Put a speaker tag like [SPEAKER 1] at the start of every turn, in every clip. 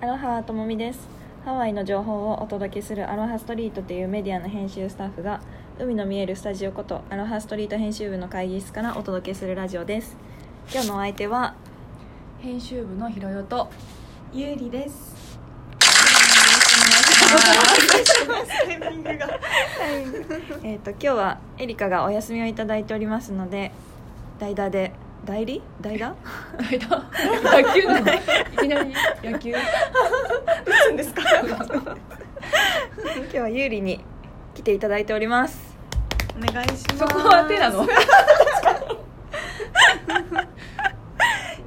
[SPEAKER 1] アロハともみですハワイの情報をお届けするアロハストリートというメディアの編集スタッフが海の見えるスタジオことアロハストリート編集部の会議室からお届けするラジオです今日のお相手は
[SPEAKER 2] 編集部のひろよと
[SPEAKER 1] ゆうりですタイミングがえっと今日はエリカがお休みをいただいておりますので代打で代理代打
[SPEAKER 2] 野球のいきなり野球
[SPEAKER 1] 打つんですか今日は有利に来ていただいております
[SPEAKER 3] お願いします
[SPEAKER 2] そこは手なの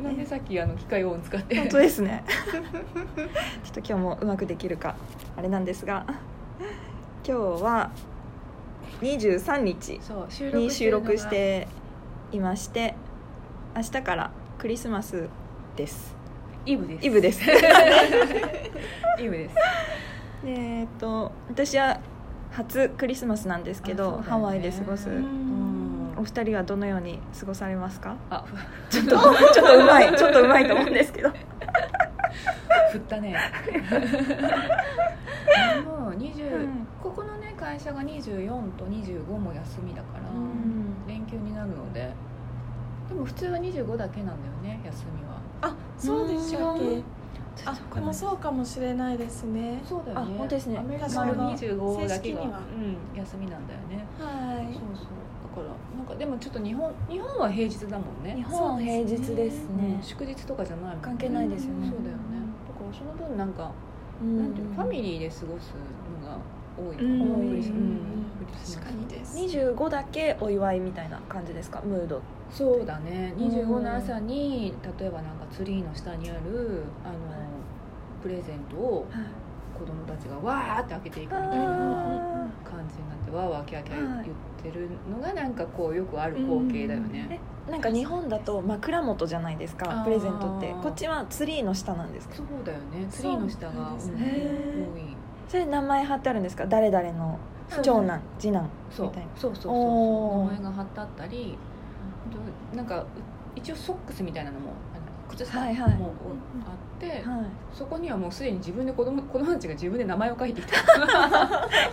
[SPEAKER 2] なんでさっきあの機械音使って
[SPEAKER 1] 本当ですね ちょっと今日もうまくできるかあれなんですが今日は23日
[SPEAKER 2] そう収録
[SPEAKER 1] に収録し
[SPEAKER 2] る
[SPEAKER 1] ていまして明日からクリスマスです
[SPEAKER 2] のがイブです
[SPEAKER 1] イブです
[SPEAKER 2] イブです
[SPEAKER 1] でえっと私は初クリスマスなんですけ
[SPEAKER 2] あそ
[SPEAKER 1] ど、
[SPEAKER 2] うだよね
[SPEAKER 1] ハワイで過ごす
[SPEAKER 2] うん
[SPEAKER 1] お二人はどのように過ごされますか
[SPEAKER 2] あふ
[SPEAKER 1] ちょっとちょっとうまいちょっとうまいと思うんですけど
[SPEAKER 2] 振ったねもう20、
[SPEAKER 1] うん
[SPEAKER 2] ここのね会社が24と25も休みだから、
[SPEAKER 1] ん
[SPEAKER 2] 連休になるのででも普通は25だけなんだよね休みは
[SPEAKER 3] あそうでしたっ
[SPEAKER 2] う
[SPEAKER 3] け
[SPEAKER 2] ん
[SPEAKER 3] あでもそうかもしれないですね
[SPEAKER 2] そうだよね
[SPEAKER 1] あ本当ですね
[SPEAKER 2] アメリカ
[SPEAKER 3] 確か
[SPEAKER 2] 丸
[SPEAKER 3] に
[SPEAKER 2] 25だけが、
[SPEAKER 3] 正式には
[SPEAKER 2] うん、休みなんだよね
[SPEAKER 3] は
[SPEAKER 2] そうそうだからなんかでもちょっと日本日本は平日だもんね
[SPEAKER 1] 日本は平日ですね
[SPEAKER 2] うん祝日とかじゃないもんね
[SPEAKER 1] 関係ないですよね
[SPEAKER 2] そうだよねだからその分なんか、
[SPEAKER 1] うん
[SPEAKER 2] なんていうのファミリーで過ごすのが多いか
[SPEAKER 1] うん
[SPEAKER 2] も
[SPEAKER 1] 多い
[SPEAKER 2] クリス
[SPEAKER 1] うん
[SPEAKER 2] うんクリスマス
[SPEAKER 3] 確かにです
[SPEAKER 1] 25だけお祝いみたいな感じですかムード
[SPEAKER 2] そうだね25の朝に例えばなんかツリーの下にあるあのプレゼントを子供たちがわーって開けていくみたいな
[SPEAKER 1] あ
[SPEAKER 2] 感じになってわーわーキャーキャー言ってるのがなんかこうよくある光景だよね、
[SPEAKER 1] ーなんか日本だと枕元じゃないです
[SPEAKER 2] あ
[SPEAKER 1] か
[SPEAKER 2] ー
[SPEAKER 1] プレゼントってこっちはツリーの下なんですか
[SPEAKER 2] そうだよねツリーの下が
[SPEAKER 3] そう
[SPEAKER 2] うん
[SPEAKER 3] なんです
[SPEAKER 1] ね
[SPEAKER 2] 多い
[SPEAKER 1] それ名前貼ってあるんですか誰々の
[SPEAKER 2] そう
[SPEAKER 1] 長男次男
[SPEAKER 2] そう
[SPEAKER 1] みたいな
[SPEAKER 2] そうそうそう
[SPEAKER 1] おー
[SPEAKER 2] 名前が貼ってあったりあとなんかう一応ソックスみたいなのもあの靴下も
[SPEAKER 1] は
[SPEAKER 2] あ
[SPEAKER 1] いはい
[SPEAKER 2] って、
[SPEAKER 1] は
[SPEAKER 2] そこにはもうすでに自分で子供子供たちが自分で名前を書いてきたし
[SPEAKER 1] い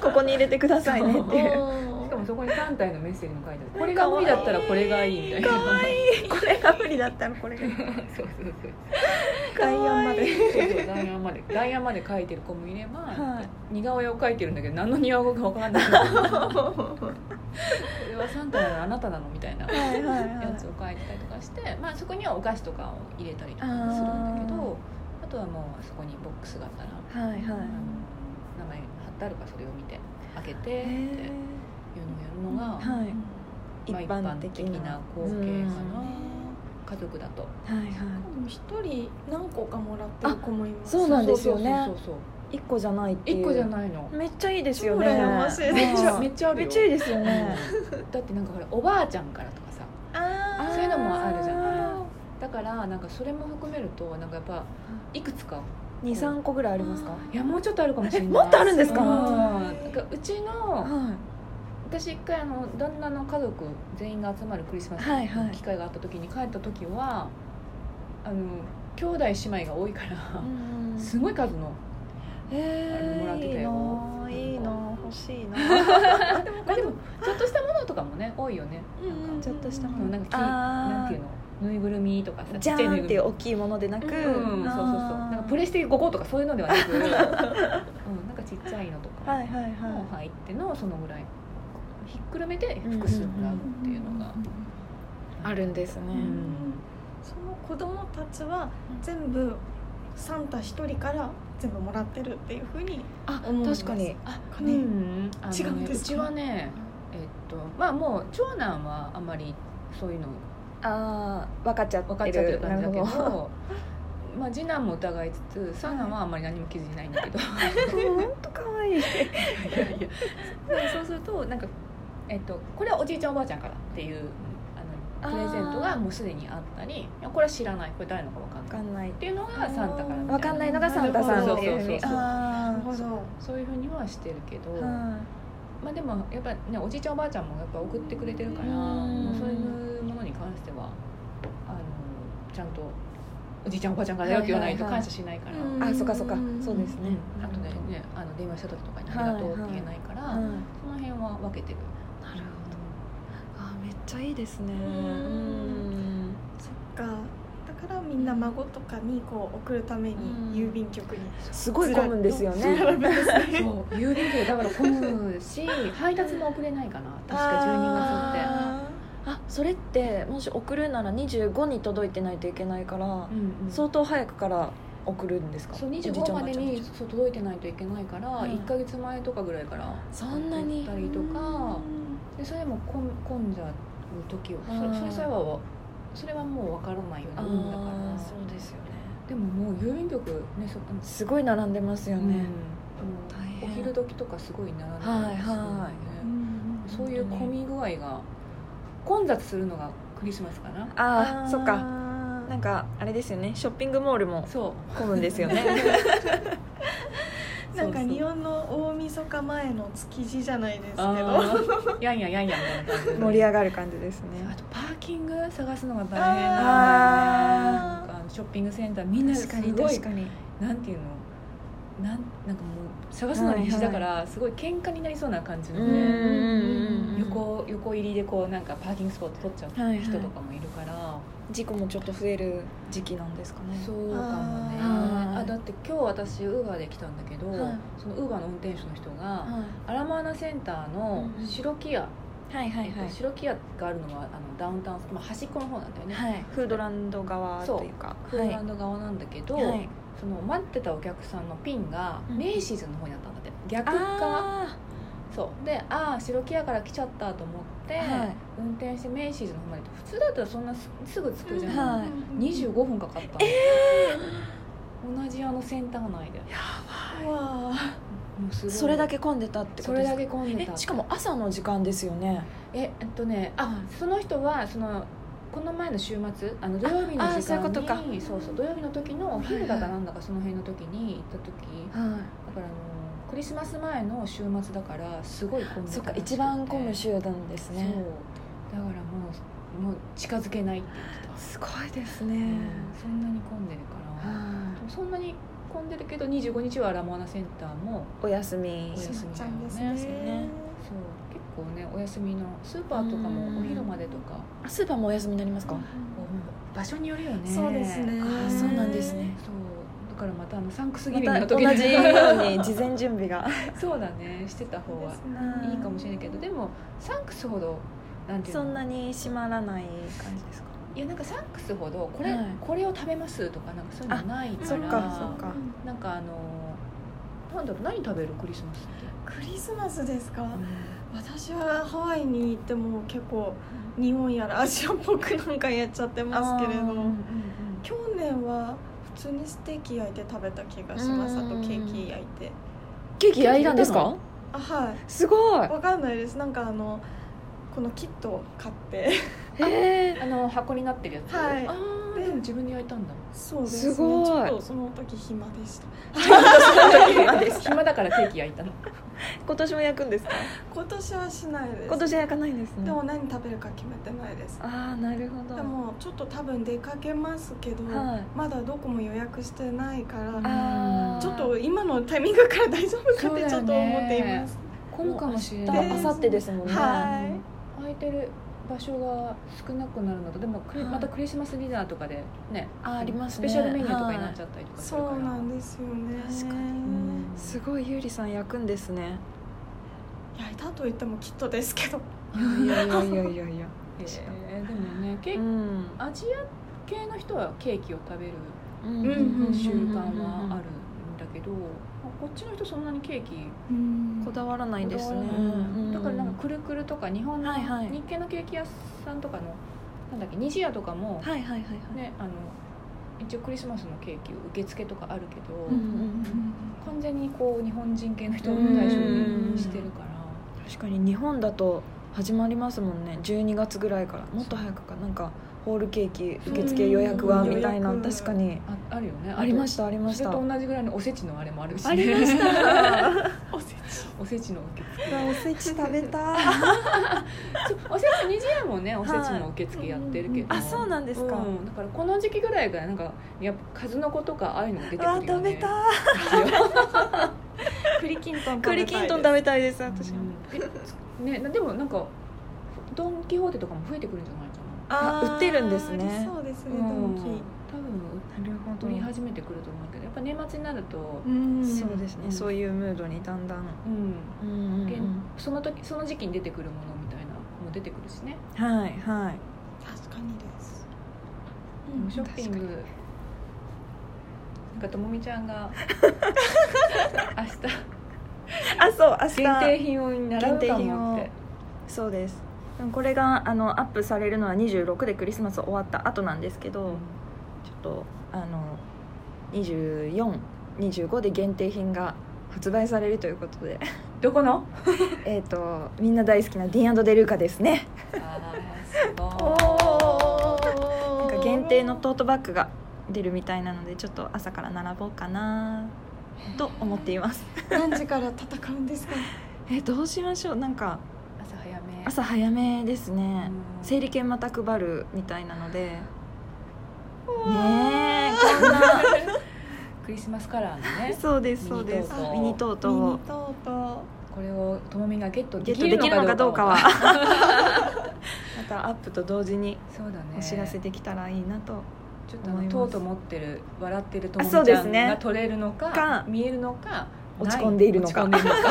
[SPEAKER 1] ここに入れてくださいねっていう
[SPEAKER 2] かもそこに3体のメッセージも書いてあるこれ
[SPEAKER 1] か
[SPEAKER 2] が
[SPEAKER 1] わ
[SPEAKER 2] 無
[SPEAKER 1] いい
[SPEAKER 2] 理だったらこれがいいみたいな
[SPEAKER 1] かわいいこれが無理だったらこれが
[SPEAKER 2] そうそうそう
[SPEAKER 1] 外野まで
[SPEAKER 2] そうそう外野まで外野まで描いてる子もいれば、
[SPEAKER 1] はい
[SPEAKER 2] 似顔絵を描いてるんだけど何の似顔絵か分からない これはサンタなのあなたなのみたいなや
[SPEAKER 1] はいはいはい
[SPEAKER 2] つを描いてたりとかして、まあ、そこにはお菓子とかを入れたりとかもするんだけどあとはもうそこにボックスがあったら、
[SPEAKER 1] はいは
[SPEAKER 2] あの
[SPEAKER 1] い
[SPEAKER 2] 名前貼ってあるからそれを見て開けてって
[SPEAKER 1] へ
[SPEAKER 2] いうのをやるのが、
[SPEAKER 1] ーはい一
[SPEAKER 2] まあ
[SPEAKER 1] 般的
[SPEAKER 2] 一般的
[SPEAKER 1] な
[SPEAKER 2] な光景
[SPEAKER 1] う
[SPEAKER 2] か
[SPEAKER 1] ん
[SPEAKER 2] な家族だと
[SPEAKER 1] はいは
[SPEAKER 3] 一人何個かもらってる子もいます
[SPEAKER 1] あそうなんですよね
[SPEAKER 2] そうそうそう
[SPEAKER 1] い一個じゃないって
[SPEAKER 2] そ
[SPEAKER 1] い
[SPEAKER 2] う
[SPEAKER 1] う
[SPEAKER 2] 一個じゃないの
[SPEAKER 1] めっちゃいいですよね
[SPEAKER 3] 超羨ましい
[SPEAKER 2] めっちゃ
[SPEAKER 1] うん
[SPEAKER 2] めっちゃある
[SPEAKER 1] め
[SPEAKER 2] よ
[SPEAKER 1] っちゃいいですよね
[SPEAKER 2] だってなんかほらおばあちゃんからとかさ
[SPEAKER 3] あ
[SPEAKER 2] そういうのもあるじゃ
[SPEAKER 1] あ
[SPEAKER 2] ないだからなんかそれも含めるとなんかやっぱいくつか
[SPEAKER 1] 二三個ぐらいありますか。
[SPEAKER 2] いやもうちょっとあるかもしれない
[SPEAKER 1] えもっとあるんですか
[SPEAKER 2] うなんかうちの
[SPEAKER 1] は
[SPEAKER 2] 私一回あの旦那の家族全員が集まるクリスマス
[SPEAKER 1] はいはい
[SPEAKER 2] の機会があった時に帰った時はあの兄弟姉妹が多いから
[SPEAKER 1] い。
[SPEAKER 2] すごい数の
[SPEAKER 1] え
[SPEAKER 2] あれもらってたよ
[SPEAKER 1] ーいいのいいの欲しい な。
[SPEAKER 2] でもでもちょっとしたものとかもね多いよねなんか
[SPEAKER 1] ちょっとした
[SPEAKER 2] うんなんか木なん
[SPEAKER 1] あ
[SPEAKER 2] ていうのぬいぐるみとかさ
[SPEAKER 1] ーじゃ
[SPEAKER 2] ちっちゃい
[SPEAKER 1] ー
[SPEAKER 2] ぬ
[SPEAKER 1] ん
[SPEAKER 2] い
[SPEAKER 1] っ
[SPEAKER 2] ぐ
[SPEAKER 1] てい
[SPEAKER 2] るみ
[SPEAKER 1] う大きいものでなく、
[SPEAKER 2] うん、そうそうそうなんかプレ
[SPEAKER 1] ス
[SPEAKER 2] ステ5個とかそういうのではな く、うん、なんかちっちゃいのとか
[SPEAKER 1] はいはい
[SPEAKER 2] も
[SPEAKER 1] は
[SPEAKER 2] 入ってのそのぐらいひっくるめて複数もらうっていうのが、
[SPEAKER 1] い。あるんですね。
[SPEAKER 2] うん
[SPEAKER 3] その子供たちは全部サンタ一人から全部もらってるっていうふうに
[SPEAKER 1] あ
[SPEAKER 3] 思います
[SPEAKER 1] 確かに。あ
[SPEAKER 3] か
[SPEAKER 2] う
[SPEAKER 3] ね、
[SPEAKER 2] んあのね
[SPEAKER 3] 違うんですか
[SPEAKER 2] うちはねえっとまあもう長男はあんまりそういうの
[SPEAKER 1] あー分かっちゃってる。
[SPEAKER 2] 分かっちゃってる感じだけど
[SPEAKER 1] なるほど。
[SPEAKER 2] まあ、次男も疑いつつ三男はあんまり何も気づいてない んだけど
[SPEAKER 1] 本当可愛い。
[SPEAKER 2] いやいやだからそうするとなんか、えっと、これはおじいちゃんおばあちゃんからっていうあのプレゼントがもうすでにあったりいやこれは知らないこれ誰のか分かん
[SPEAKER 1] 分
[SPEAKER 2] な
[SPEAKER 1] かんな
[SPEAKER 2] いっ
[SPEAKER 1] い。
[SPEAKER 2] ていうのがサンタからみたいな
[SPEAKER 1] 分かんないのがサンタさんっていうふうに。
[SPEAKER 2] そうそうそうそう
[SPEAKER 3] な
[SPEAKER 1] あ
[SPEAKER 3] るほど
[SPEAKER 2] そういうふうにはしてるけど、
[SPEAKER 1] ーはい
[SPEAKER 2] まあ、でもやっぱねおじいちゃんおばあちゃんもやっぱ送ってくれてるから
[SPEAKER 1] うん
[SPEAKER 2] もうそういうものに関してはあのちゃんとおじいちゃんおばあちゃんからよく言わないと
[SPEAKER 1] はいはいはい
[SPEAKER 2] 感謝しないから、
[SPEAKER 3] う
[SPEAKER 1] あ
[SPEAKER 3] ん
[SPEAKER 1] そっかそっか
[SPEAKER 3] うん
[SPEAKER 1] そうですね、
[SPEAKER 2] あとねねあの電話した時とかに「ありがとう」って言えないから、
[SPEAKER 1] うんなる
[SPEAKER 2] その辺は分けてる
[SPEAKER 1] ほどあめっちゃいいですね
[SPEAKER 3] うんそっかだからみんな孫とかにこう送るために
[SPEAKER 2] うん
[SPEAKER 3] 郵便局に
[SPEAKER 1] すごい混むんですよね
[SPEAKER 2] そう郵便局だから混むし配達も送れないかな確か12月って。
[SPEAKER 1] ああそれってもし送るなら25に届いてないといけないから、
[SPEAKER 2] うんうん
[SPEAKER 1] 相当早くから送るんですか
[SPEAKER 2] そう
[SPEAKER 1] おじいちゃん
[SPEAKER 2] 25まで
[SPEAKER 1] おばあちゃんた
[SPEAKER 2] に
[SPEAKER 1] ち
[SPEAKER 2] そう届いてないといけないから、
[SPEAKER 1] うん
[SPEAKER 2] 一1か月前とかぐらいから
[SPEAKER 1] そんなに
[SPEAKER 2] 送ったりとか
[SPEAKER 1] うん
[SPEAKER 2] でそれでも混混んじゃう時を
[SPEAKER 1] あー
[SPEAKER 2] そそれさえはそれはもう分からないよう
[SPEAKER 1] あ
[SPEAKER 2] なもんだか
[SPEAKER 1] ー
[SPEAKER 2] ら
[SPEAKER 1] そうですよね
[SPEAKER 2] でももう郵便局ねそ
[SPEAKER 1] すごい並んでますよ
[SPEAKER 2] うん
[SPEAKER 1] ね、
[SPEAKER 2] もう
[SPEAKER 1] 大変
[SPEAKER 2] お昼時とかすごい並んでたりするんだよねそういう混み具合が混雑するのがクリスマスかな
[SPEAKER 1] ああそっかな
[SPEAKER 3] か
[SPEAKER 1] んかあれですよねショッピングモールも
[SPEAKER 2] そう
[SPEAKER 1] 混むんですよ ね
[SPEAKER 3] なんか
[SPEAKER 2] そうそう
[SPEAKER 3] 日本の大晦日前の築地じゃないですけど
[SPEAKER 2] あーやんややんやみたいな感じで
[SPEAKER 1] 盛り上がる感じですね
[SPEAKER 2] あとパーキング探すのが大変
[SPEAKER 3] あー
[SPEAKER 2] なんだよねなんかあのショッピングセンターみんなす
[SPEAKER 1] 確かに
[SPEAKER 2] ごい
[SPEAKER 1] 確かに
[SPEAKER 2] なんていうのなんなんかもう探すのに必死だから、すごい喧嘩になりそうな感じの
[SPEAKER 1] うん
[SPEAKER 2] ね
[SPEAKER 1] うんうん
[SPEAKER 2] 横横入りでこうなんかパーキングスポット取っちゃ
[SPEAKER 1] はいうはい
[SPEAKER 2] 人とかもいるから、
[SPEAKER 1] 事故もちょっと増える時期なんですかね
[SPEAKER 2] そうかもね
[SPEAKER 1] あ
[SPEAKER 2] あ
[SPEAKER 1] ー
[SPEAKER 2] だって今日私ウーバーで来たんだけど、
[SPEAKER 1] はい
[SPEAKER 2] そのウーバーの運転手の人が、
[SPEAKER 1] は
[SPEAKER 2] アラマーナセンターの
[SPEAKER 1] うんうん
[SPEAKER 2] 白木屋、
[SPEAKER 1] いはいはい
[SPEAKER 2] えっ
[SPEAKER 1] は
[SPEAKER 2] と、白木屋があるのはあのダウンタウン、まあ、端っこの方なんだよね、
[SPEAKER 1] いはいフードランド側というか
[SPEAKER 2] フードランド側なんだけど、
[SPEAKER 1] はいはい
[SPEAKER 2] その待ってたお客さんのピンが
[SPEAKER 1] うん
[SPEAKER 2] メイシーズの方にあったんだって、逆側
[SPEAKER 1] あ
[SPEAKER 2] そうでああ白木屋から来ちゃったと思って、
[SPEAKER 1] はい
[SPEAKER 2] 運転してメイシーズの方まで行って普通だったらそんなすすぐ着くじゃ
[SPEAKER 1] うん
[SPEAKER 2] な、
[SPEAKER 1] はいい
[SPEAKER 2] 25分かかったの同じあのセンター内で
[SPEAKER 3] うわー
[SPEAKER 2] もうす
[SPEAKER 1] ー
[SPEAKER 2] ごい
[SPEAKER 1] それだけ混んでたってこ
[SPEAKER 2] そ
[SPEAKER 1] とで
[SPEAKER 2] れだ
[SPEAKER 1] すか
[SPEAKER 2] け混んでた
[SPEAKER 1] えしかも朝の時間ですよね
[SPEAKER 2] ええっとねあその人はそのこの前の週末あの土曜日の
[SPEAKER 1] ああ
[SPEAKER 2] 時
[SPEAKER 1] そうい
[SPEAKER 2] 間
[SPEAKER 1] う
[SPEAKER 2] に
[SPEAKER 1] ことか
[SPEAKER 2] そうそう土曜日の時のお昼だ
[SPEAKER 1] はい
[SPEAKER 2] か
[SPEAKER 1] はい
[SPEAKER 2] なんだかその辺の時に行った時
[SPEAKER 1] は
[SPEAKER 2] だからあのクリスマス前の週末だからすごい混んでた
[SPEAKER 1] そっから
[SPEAKER 2] しくて
[SPEAKER 1] 一番混む集団です
[SPEAKER 2] そう
[SPEAKER 1] ね
[SPEAKER 2] だからもうもう近づけないって言ってた、
[SPEAKER 1] すごいです
[SPEAKER 2] うんそんなに混んでるから
[SPEAKER 1] は
[SPEAKER 2] でもそんなに混んでるけど25日はラモアナセンターも
[SPEAKER 1] いお休み
[SPEAKER 2] お休み
[SPEAKER 3] しまっちゃんです
[SPEAKER 2] お
[SPEAKER 3] ね
[SPEAKER 2] 休
[SPEAKER 1] みだよね
[SPEAKER 2] そう結構ねお休みのスーパーとか
[SPEAKER 1] うん
[SPEAKER 2] もお昼までとか
[SPEAKER 1] あスーパーもお休みになりますか
[SPEAKER 2] 場所によるよね
[SPEAKER 3] そうですね
[SPEAKER 1] あーそうなんですね
[SPEAKER 2] そうだからまたあのサンクスギ
[SPEAKER 1] ま
[SPEAKER 2] ビング
[SPEAKER 1] た
[SPEAKER 2] の
[SPEAKER 1] 同
[SPEAKER 2] 時
[SPEAKER 1] じよ
[SPEAKER 2] に
[SPEAKER 1] うに事前準備 が
[SPEAKER 2] そうだねしてた方が
[SPEAKER 1] うん
[SPEAKER 2] いいかもしれないけどでもサンクスほどなんていうの
[SPEAKER 1] そんなに閉まらない感じですか
[SPEAKER 2] いやなんかサンクスほどこれ、
[SPEAKER 1] はい
[SPEAKER 2] これを食べますとかなんかそういうのないから
[SPEAKER 1] そっかそっか
[SPEAKER 2] なんかあのなんだろう何食べるクリスマスって、
[SPEAKER 3] クリスマスですか私はハワイに行っても結構日本やらアジアっぽくなんかやっちゃってますけれど
[SPEAKER 1] あー
[SPEAKER 2] うんうん
[SPEAKER 3] 去年は普通にステーキ焼いて食べた気がしますあとケーキ焼いて
[SPEAKER 1] ケーキ焼いたんです
[SPEAKER 2] ケーキ
[SPEAKER 1] か
[SPEAKER 3] あはい
[SPEAKER 1] すごい
[SPEAKER 3] わかんないですなんかあのこのキットを買って
[SPEAKER 1] へえ
[SPEAKER 2] あの箱になってるやつ、
[SPEAKER 3] はい
[SPEAKER 2] ああでも自分で焼いたんだ
[SPEAKER 3] そうです
[SPEAKER 1] す
[SPEAKER 3] ね
[SPEAKER 1] ごい
[SPEAKER 3] ちょっとその時暇でし た
[SPEAKER 2] 暇だからケーキ焼いたの
[SPEAKER 1] 今年も焼くんですか
[SPEAKER 3] 今年はしないです
[SPEAKER 1] 今年は焼かないんですね
[SPEAKER 3] でも何食べるか決めてないです
[SPEAKER 1] ああなるほど
[SPEAKER 3] でもちょっと多分出かけますけど、
[SPEAKER 1] はい
[SPEAKER 3] まだどこも予約してないから
[SPEAKER 1] あー
[SPEAKER 3] ちょっと今のタイミングから大丈夫か
[SPEAKER 2] そうだ
[SPEAKER 3] っ
[SPEAKER 2] よね
[SPEAKER 3] てちょっと思っています、
[SPEAKER 2] 混むかもしれ
[SPEAKER 1] 明
[SPEAKER 2] な
[SPEAKER 1] 日
[SPEAKER 2] い
[SPEAKER 1] 明後日ですもんね
[SPEAKER 3] はい
[SPEAKER 2] 空いてる場所が少なくなるのとでもクリ
[SPEAKER 1] はい
[SPEAKER 2] またクリスマスディナーとかでね
[SPEAKER 1] あありますね
[SPEAKER 2] スペシャルメニューとかになっちゃったりとかす
[SPEAKER 3] そ
[SPEAKER 2] るから、
[SPEAKER 3] うなんですよね
[SPEAKER 1] 確かに
[SPEAKER 2] うん
[SPEAKER 1] すごいゆりさん焼くんですね
[SPEAKER 3] 焼いたと言ってもきっとですけど
[SPEAKER 1] いやいやいやいやいやい や
[SPEAKER 2] えーでもねケー
[SPEAKER 1] う
[SPEAKER 2] キ、
[SPEAKER 1] ん
[SPEAKER 2] アジア系の人はケーキを食べる
[SPEAKER 1] うん
[SPEAKER 2] 習慣はあるんだけど、まあこっちの人そんなにケーキ
[SPEAKER 1] こだわらないですね
[SPEAKER 2] こだわらないだからなんかくるくるとか日本の
[SPEAKER 1] はいはい
[SPEAKER 2] 日系のケーキ屋さんとかのなんだっけ西屋とかも、
[SPEAKER 1] はいはいはいはい、
[SPEAKER 2] ねあの一応クリスマスのケーキ受付とかあるけど、
[SPEAKER 1] うんうんうん
[SPEAKER 2] 完全にこう日本人系の人を対象にしてるから
[SPEAKER 1] 確かに日本だと始まりますもんね12月ぐらいからもっと早くかなんかホールケーキ受付予約はみたいな
[SPEAKER 3] うん
[SPEAKER 1] 確かに
[SPEAKER 2] ああるよね
[SPEAKER 1] ありましたたありまし
[SPEAKER 2] そ
[SPEAKER 1] た
[SPEAKER 2] れと同じぐらいのおせちのあれもあるし、ね、
[SPEAKER 1] ありました
[SPEAKER 3] おせち
[SPEAKER 2] おせちの受付
[SPEAKER 1] うわおせち食べたい
[SPEAKER 2] そうおせち二次やもねおせちの受付やってるけど、
[SPEAKER 1] あそうなんですか、
[SPEAKER 2] うんだからこの時期ぐらいがなんかやっぱ数の子とかああいうのも出てくる
[SPEAKER 1] わ
[SPEAKER 2] よね
[SPEAKER 1] 食べたい
[SPEAKER 3] 栗きんとん食べたい
[SPEAKER 1] 栗
[SPEAKER 3] です
[SPEAKER 1] きんとん食べたいです私も
[SPEAKER 2] うん えねでもなんかドン・キホーテとかも増えてくるんじゃないかな
[SPEAKER 3] あー
[SPEAKER 1] 売ってるんですね
[SPEAKER 3] ありそうですねド
[SPEAKER 2] うん
[SPEAKER 3] ンキ
[SPEAKER 2] 多分
[SPEAKER 1] なるほ
[SPEAKER 2] 取り始めてくると思うけどやっぱ年末になると、
[SPEAKER 3] うん
[SPEAKER 1] そうですね、
[SPEAKER 2] うん
[SPEAKER 1] そういうムードにだんだん、
[SPEAKER 2] うん
[SPEAKER 1] うんうん
[SPEAKER 2] 現その時その時期に出てくるものみたいなのも出てくるしね、
[SPEAKER 1] はいはい
[SPEAKER 3] 確かにです
[SPEAKER 2] でもショッピング
[SPEAKER 1] 確
[SPEAKER 2] なんかともみちゃ んが明日
[SPEAKER 1] あそう明日
[SPEAKER 2] 限定品を並ぶかもっ
[SPEAKER 1] 限定品を
[SPEAKER 2] て
[SPEAKER 1] そうですでもこれがあのアップされるのは26でクリスマス終わった後なんですけど、ちょっとあの2425で限定品が発売されるということ で
[SPEAKER 2] どこの
[SPEAKER 1] えっとみんな大好きなディーンデルーカですね
[SPEAKER 2] あ
[SPEAKER 1] な
[SPEAKER 3] なん
[SPEAKER 1] か限定のトートバッグが出るみたいなのでちょっと朝から並ぼうかなと思っています
[SPEAKER 3] 何時から戦うんですか
[SPEAKER 1] えどうしましょうなんか
[SPEAKER 2] 朝早め
[SPEAKER 1] 朝早めですね
[SPEAKER 2] うん
[SPEAKER 1] 整理券また配るみたいなのでねえこんな
[SPEAKER 2] クリスマスカラーのね
[SPEAKER 1] そうですそうですミ
[SPEAKER 2] ミ
[SPEAKER 1] ニ
[SPEAKER 2] ニ
[SPEAKER 1] トー
[SPEAKER 2] ト
[SPEAKER 1] トを
[SPEAKER 3] ミニトート
[SPEAKER 2] これをともみがゲット
[SPEAKER 1] ゲッ
[SPEAKER 2] で
[SPEAKER 1] ト
[SPEAKER 2] き
[SPEAKER 1] でき
[SPEAKER 2] る
[SPEAKER 1] るの
[SPEAKER 2] の
[SPEAKER 1] か
[SPEAKER 2] かど
[SPEAKER 1] ど
[SPEAKER 2] う
[SPEAKER 1] う
[SPEAKER 2] か
[SPEAKER 1] か
[SPEAKER 2] は
[SPEAKER 1] は またアップと同時に
[SPEAKER 2] そうだね
[SPEAKER 1] お知らせできたらいいなと
[SPEAKER 2] ちょっとあ
[SPEAKER 1] 思いま
[SPEAKER 2] の
[SPEAKER 1] す
[SPEAKER 2] トート持ってる笑ってるともみ
[SPEAKER 1] あそう
[SPEAKER 2] ち
[SPEAKER 1] で
[SPEAKER 2] ゃ
[SPEAKER 1] す
[SPEAKER 2] ん
[SPEAKER 1] ね
[SPEAKER 2] が取れるのか
[SPEAKER 1] か
[SPEAKER 2] 見えるのか
[SPEAKER 1] 落ち込んでいるのか
[SPEAKER 2] ない落ち込んでい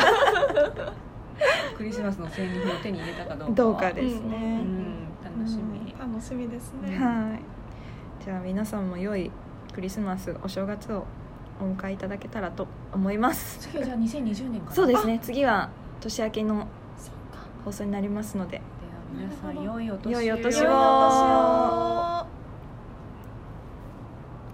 [SPEAKER 2] るのか クリスマスの戦利品を手に入れたかどうか
[SPEAKER 1] どうかです
[SPEAKER 2] う
[SPEAKER 1] ね、
[SPEAKER 2] ん楽しみ
[SPEAKER 3] うん楽しみですね
[SPEAKER 2] は
[SPEAKER 1] はいじゃあ皆さんも良いクリスマスお正月をお迎えいただけたらと思います
[SPEAKER 2] 次はじゃあ2020年か な
[SPEAKER 1] そうですね次は年明けの
[SPEAKER 3] そっか
[SPEAKER 1] 放送になりますので
[SPEAKER 2] では皆さん良いお年を
[SPEAKER 1] 良いお年
[SPEAKER 3] 良いお年を